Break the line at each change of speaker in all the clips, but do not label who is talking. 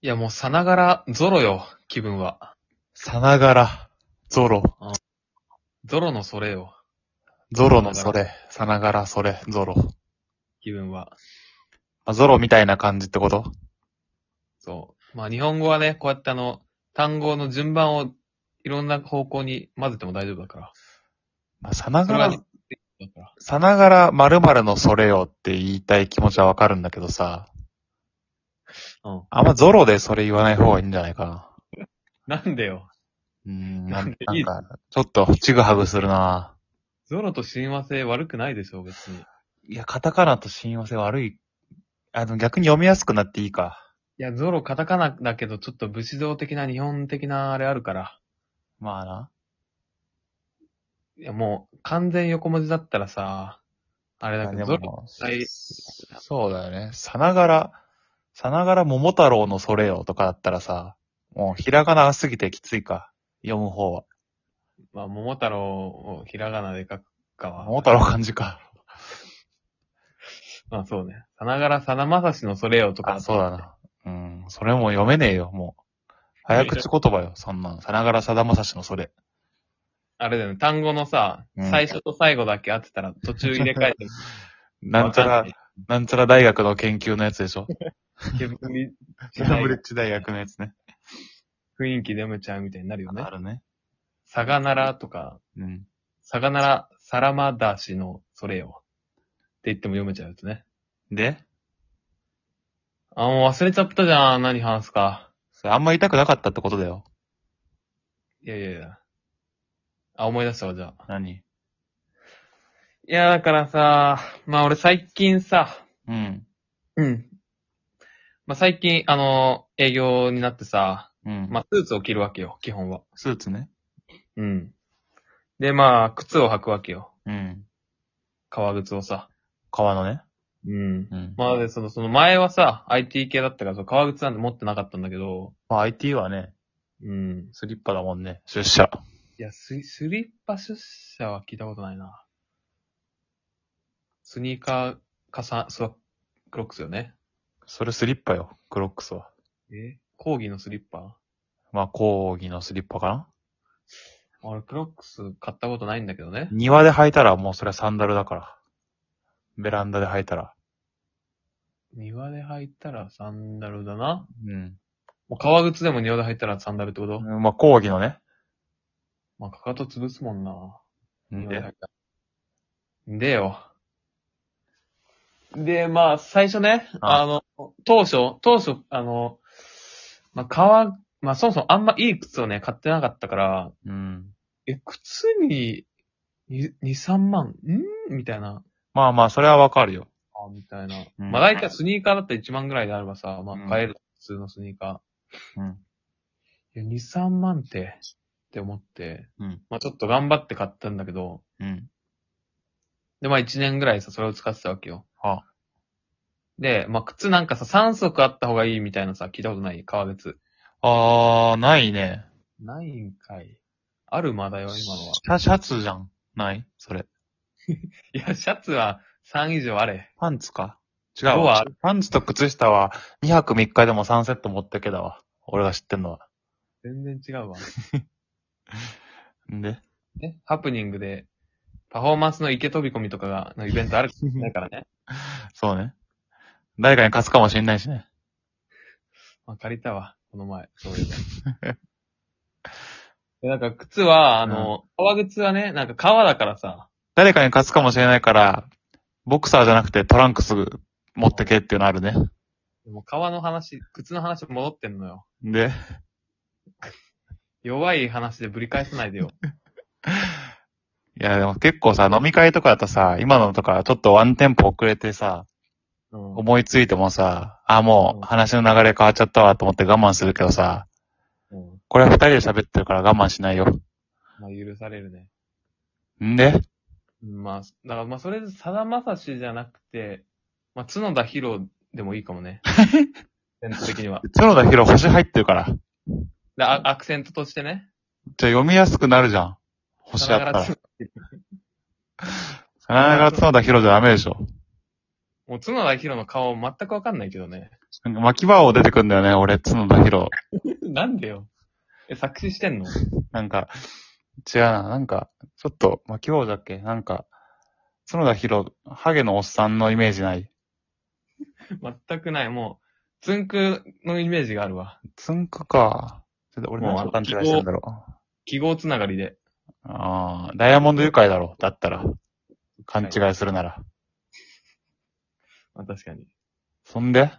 いや、もうさながらゾロよ、気分は。
さながら、ゾロ、
ゾロのそれよ、
ゾロのそれ、さながらそれ、ゾロ。
気分は。
あゾロみたいな感じってこと
そう。まあ、日本語はね、こうやってあの、単語の順番をいろんな方向に混ぜても大丈夫だから。
まあさな
そ
が
れが
ら
ね、、だから
さながら〇〇のそれよって言いたい気持ちはわかるんだけどさ、
うん。
あんまゾロでそれ言わない方がいいんじゃないかな。
なんでよ。
うーん、なん
いい
なんか、ちょっとちぐはぐするな
ゾロと親和性悪くないでしょ、別に。い
いや、カタカナと親和性悪い。あの、逆に読みやすくなっていいか。
や、ゾロカタカナだけど、ちょっと武士道的な日本的なあれあるから。
まあな。
いや、もう、完全横文字だったらさ、あれだけ
で
ど、
も
ゾロ、はい
そうだよね。さながら、さながら桃太郎のそれよとかだったらさ、もうひらがながすぎてきついか。読む方は。
まあ、桃太郎をひらがなで書くかは。
桃太郎漢字か。
まあそうね。さながらさなまさしのそれよとか。
あ、そうだ。な。うん。それも読めねえよ、もう。早口言葉よ、そんなん。さながらさだまさしのそれ。
あれだよね。単語のさ、
うん
最初と最後だけ合ってたら途中入れ替えて。
なんちゃ
わ
ら
かい、。
なんちゃら大学の研究のやつ でしょ。
ケブリ
ケンブリッジ大学のやつね。
雰囲気でむちゃうみたいになるよね
あ。るね。
さがならとか、
うん。
さがならさらまだしのそれよ。って言っても読めちゃうやつね。
で、
あ、もう忘れちゃったじゃん。何話すか。
それあんま痛くなかったってことだよ。
いやいやいや。あ、思い出したわ、じゃあ。
何
いや、だからさ、まあ俺最近さ、
うん。
うん。まあ、最近、あの、営業になってさ、
うん。
まあ、スーツを着るわけよ、基本は。
スーツね。
うん。で、まあ、靴を履くわけよ。
うん。
革靴をさ。
革のね。
うん。
うん。
まあ、で、その、その前はさ、IT 系だったから、その革靴なんて持ってなかったんだけど、
まあ、IT はね、
うん。
スリッパだもんね。出社。
いや、ススリッパ出社は聞いたことないな。スニーカー、かさ、スワクロックスよね。
それスリッパよ、クロックスは。
え講義のスリッパ
まあ、講義のスリッパかな
俺、クロックス買ったことないんだけどね。
庭で履いたらもうそれはサンダルだから。ベランダで履いたら。
庭で履いたらサンダルだな。
うん。
もう革靴でも庭で履いたらサンダルってこと、
まあ、講義のね。
まあ、かかと潰すもんな。
うん
庭で履いたら。でよ。で、まあ、最初ね、
あ
あの、当初、当初、あの、まあ、革、まあ、そもそもあんまいい靴をね、買ってなかったから、
うん。
え、靴に、に2、3万んみたいな。
まあまあ、それはわかるよ。
あみたいな。
うん
まあ、大体スニーカーだったら1万ぐらいであればさ、ま
うん
あ、買える、普通のスニーカー。
うん。
いや、2、3万って、って思って、
うん
まあちょっと頑張って買ったんだけど、
うん。
で、まあ1年ぐらいさ、それを使ってたわけよ。
は
で、まあ靴なんかさ、3足あった方がいいみたいなさ、聞いたことない革靴。
あー、ないね。
ないんかい。あるまだよ、今 のは。
シャシャツじゃん。ないそれ。
いや、シャツは3以上あれ。
パンツか違う
要
わ
は。
パンツと靴下は2泊3日でも3セット持ってけだわ。俺が知ってんのは。
全然違うわ。
んで
ね、ハプニングで、パフォーマンスの池飛び込みとかが、のイベントあるかもしれないからね。
そうね。誰かに勝つかもしれないしね。
まあ借りたわ、この前。そういうの。 でなんか靴は、あの、革靴はね、なんか革だからさ、
誰かに勝つかもしれないから、ボクサーじゃなくてトランクス持ってけっていうのあるね。
でも革の話、靴の話戻ってんのよ。
で、
弱い話でぶり返さないでよ。
いやでも結構さ、飲み会とかだとさ、今のとかちょっとワンテンポ遅れてさ、
うん
思いついてもさ、あ、も
うん
う話の流れ変わっちゃったわと思って我慢するけどさ、
うん
これは二人で喋ってるから我慢しないよ。
まあ許されるね。
んで
うんまあ、だからまあそれでさだまさしじゃなくて、まあ角田博でもいいかも ね。アクセント的には。
角田博星入ってるから。
であアクセントとしてね。
じゃあ読みやすくなるじゃん。星あったら。
さながら角
さながら角田博じゃダメでしょ。
もう角田博の顔全くわかんないけどね。
なんか巻き場を出てくんだよね、俺、角田博。
なんでよ。え、作詞してんの
なんか、違うな、なんか、ちょっと、巻き場だっけなんか、角田博、ハゲのおっさんのイメージない。
全くない。もう、つんくのイメージがあるわ。
つんくか。ちょっと俺
もう
何勘違いしてるんだろう。
記号つながりで。
ああ、ダイヤモンド愉快だろ、だったら。勘違いするなら。
まあ確かに。
そんで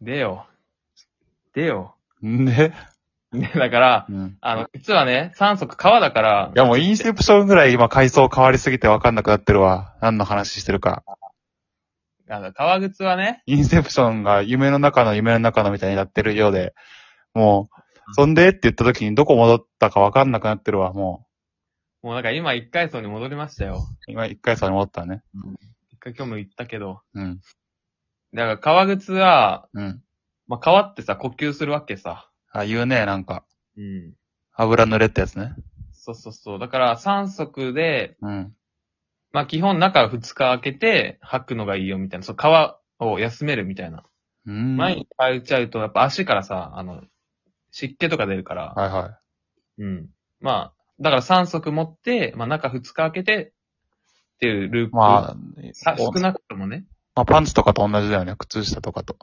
でよ。でよ。
んで
ね、だから、
うん。
あの、実はね、三足川だから
い、やもうインセプションぐらい今階層変わりすぎてわかんなくなってるわ。何の話してるか。
あの革靴はね、
インセプションが夢の中の夢の中のみたいになってるようで、もう、そんでって言った時にどこ戻ったかわかんなくなってるわ、も
もうなんか今一回層に戻りましたよ。
う。今一回層に戻ったね。
一回今日も言ったけど。
うん。
だから革靴は、
うん。
まあ、革ってさ、呼吸するわけさ。
あ、言うね、なんか。
うん。
油濡れってやつね。
そうそうそう。だから三足で、
うん。
まあ、基本中2日開けて履くのがいいよみたいな。そう、革を休めるみたいな。
うん。
毎日履いちゃうと、やっぱ足からさ、あの、湿気とか出るから。
はいは
うん。まあ、だから3足持って、まあ中2日開けて、っていうルー
い。
プ。
まあ、
さ少なくともね。
まあ、パンツとかと同じだよね。靴下とかと。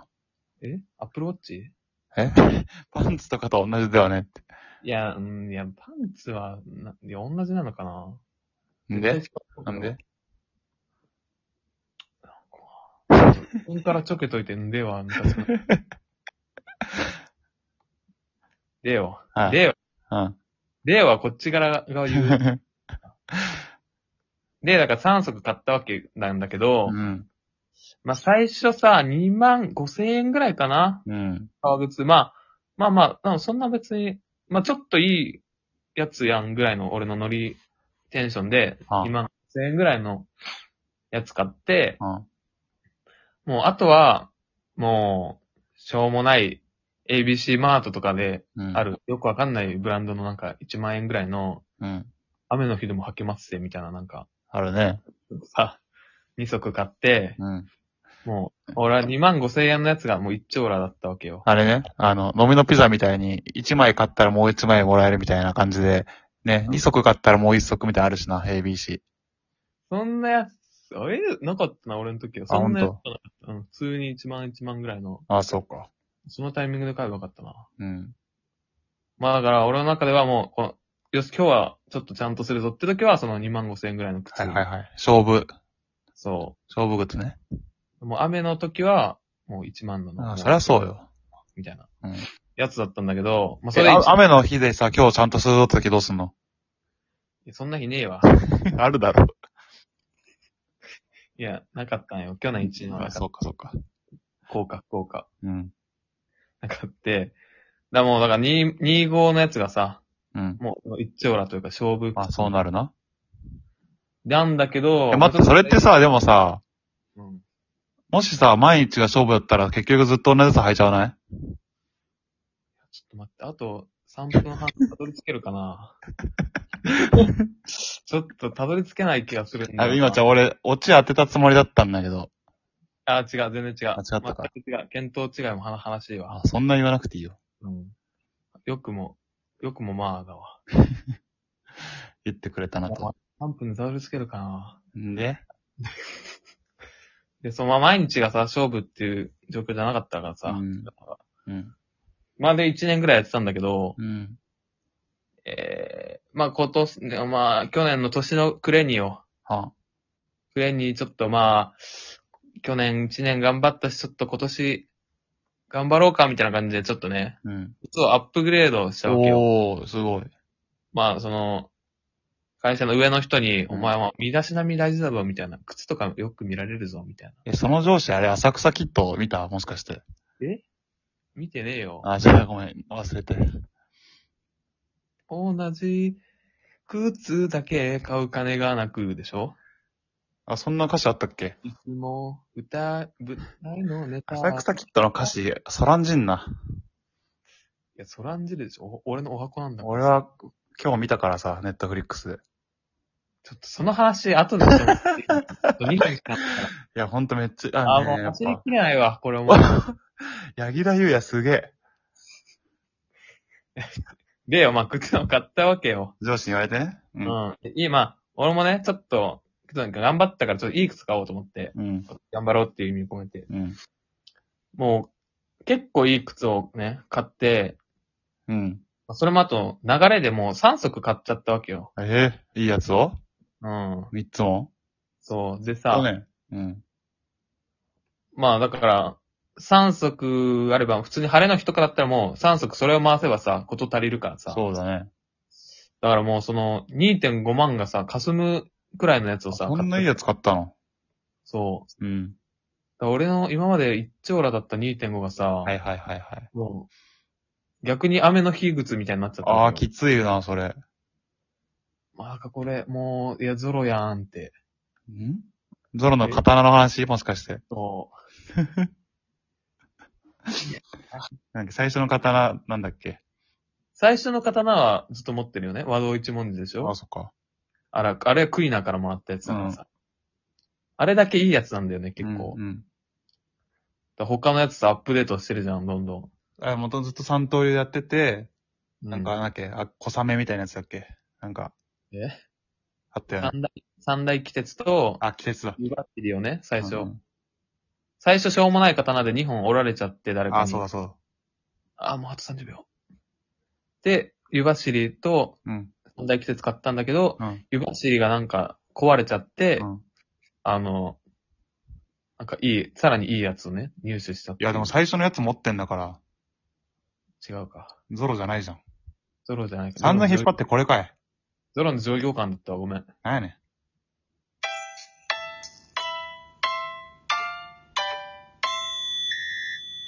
えアップルウォッチ
え パンツとかと同じだよねって。
いや、うん、いや、パンツは、ないや、同じなのかな。絶
んで
対違う
なんで
自分からちょけといてんでは、みたい な。でよ。
はい。
でよ。
うん。
ではこっちからが言う。で、だから3足買ったわけなんだけど、
うん。
まあ最初さ、2万5千円ぐらいかな
うん。
革靴。まあ、まあまあ、うんそんな別に、まあちょっといいやつやんぐらいの俺のノリテンションで、
ああ
2万5千円ぐらいのやつ買って、
うん。
もうあとは、もう、しょうもない ABC マートとかで
うん。
あ。る、よくわかんないブランドのなんか1万円ぐらいの
うん。
雨の日でも履けますぜ、みたいななんか、
あるね。
さ、2足買って、
うん。
もう、俺は2万5千円のやつがもう一丁羅だったわけよ。
あれね。あの、飲みのピザみたいに、1枚買ったらもう1枚もらえるみたいな感じで、ね、2足買ったらもう1足みたいなのあるしな、ABC。
そんなやつ、あえなかったな、俺の時は。
あ
そんなやつなかった。うん、普通に1万1万ぐらいの、
あ、そうか。
そのタイミングで買えばよかったな。
うん。
まあだから、俺の中ではもう、この、よし、今日はちょっとちゃんとするぞって時は、その2万5千円ぐらいの靴。
はいはいはい。勝負。
そ
勝負靴ね。
う。もう雨の時は、もう1万なの。も
あ
う
そりゃそうよ。
みたいな
うん。
やつだったんだけど、まあそ
え
れ
あ
一
雨の日でさ、今日ちゃんとするぞって時どうすんの
いやそんな日ねえわ。
あるだろ。
いや、なかったんよ。去年1の
あ、
中
そうかそうか。
効果、効果。
うん。
なかって、だからもう、だから2、25のやつがさ、
うん。
もう一丁羅というか勝負。
あ、そうなるな。
なんだけど、
え、待って、それってさ、でもさ、
うん、
もしさ、毎日が勝負だったら結局ずっと同じやつ履いちゃわない
ちょっと待って、あと3分半たどり着けるかな ちょっとたどり着けない気がするんだ
あ
よな
今ちゃん俺、オチ当てたつもりだったんだけど。
あ、違う、全然違う。違
違ったか
全く違う。見当違いもはな話しいわ。
あ、そんな言わなくていいよ。
うん。よくも、よくもまあだわ。
言ってくれたなと。
3分でたどり着けるかなん
で
で、そのまあ毎日がさ、勝負っていう状況じゃなかったからさ。
うんうん。
まあで1年ぐらいやってたんだけど、
うん。
ええまあ今年、ねまあ去年の年の暮れによ。
は
暮れにちょっとまあ、去年1年頑張ったし、ちょっと今年頑張ろうかみたいな感じでちょっとね、
うん。
そうアップグレードしたわけよ。
おー、すごい。
まあその、会社の上の人に、
うん
お前は身だしなみ大事だぞみたいな、靴とかよく見られるぞみたいな。
え、その上司あれ、浅草キット見たもしかして。
見てねえよ。
あ、じゃあごめん。忘れてる。
同じ靴だけ買う金がなくでしょ
あ、そんな歌詞あったっけ
いつも歌、舞台のネタ。
浅草キットの歌詞、そらんじんな。
いや、そらんじるでしょお俺のお箱なんだから
俺は、今日見たからさ、ネットフリックスで。
ちょっとその話、後でしてもらっていいちょっと見ないかんから
や、ほんとめっちゃ、
あ、
あ
も
の
う
ね、やっ
走り
ぱ、
きれないわ、これも。
柳田優也すげえ。
例をまあ、靴を買ったわけよ。
上司に言われてね。う。
うんん。で今、まあ俺もね、ちょっと、靴なんか頑張ったから、ちょっといい靴買おうと思って、
うん。
頑張ろうっていう意味を込めて。
うん。
もう、結構いい靴をね、買って、
うん。
まあそれもあと、流れでもう3足買っちゃったわけよ。
ええいいやつを
うん。
三つも
そう。でさ、
去年。うん。
まあだから、3足あれば、普通に晴れの日とかだったらもう3足それを回せばさ、こと足りるからさ。
そうだね。
だからもうその2.5万がさ、霞むくらいのやつをさ、
こんない
買
い
っ
やつ買ったの。
てそう。
うん。
だから俺の今まで一丁羅だった2.5がさ、
はいはいはいはい。
もう、逆に雨の日靴みたいになっちゃった。
ああ、きついな、それ。
まあなんかこれ、もう、いや、ゾロやんって。
んゾロの刀の話もしかして。
そ
なんか最初の刀、なんだっけ
う。最初の刀はずっと持ってるよね。和道一文字でしょ
あ、そっか。
あら、あれはクイナからもらったやつだからさ。あれだけいいやつなんだよね、結構。
うんうん。
だから他のやつさ、アップデートしてるじゃん、どんどん。
あ、もとずっと三刀流やってて、
な
なんか、なんだっけ、あ、小雨みたいなやつだっけなんか。
え
あったよね。
三大、三大季節と、
あ、季節だ。
湯バッテリーをね、最初。
うん
最初、しょうもない刀で2本折られちゃって、誰かに。
あ、そうだそうだ。
あ、もうあと30秒。で、湯走りと、
うん。
三大季節買ったんだけど、
うん。
湯走りがなんか壊れちゃって、
うん
あの、なんかいい、さらにいいやつをね、入手したって
いうや、でも最初のやつ持ってんだから、
違うか。
ゾロじゃないじゃん。
ゾロじゃないか。
散々引っ張
て。
ってこれかい。
ゾロの上行感だったわ、ごめん。
なんやね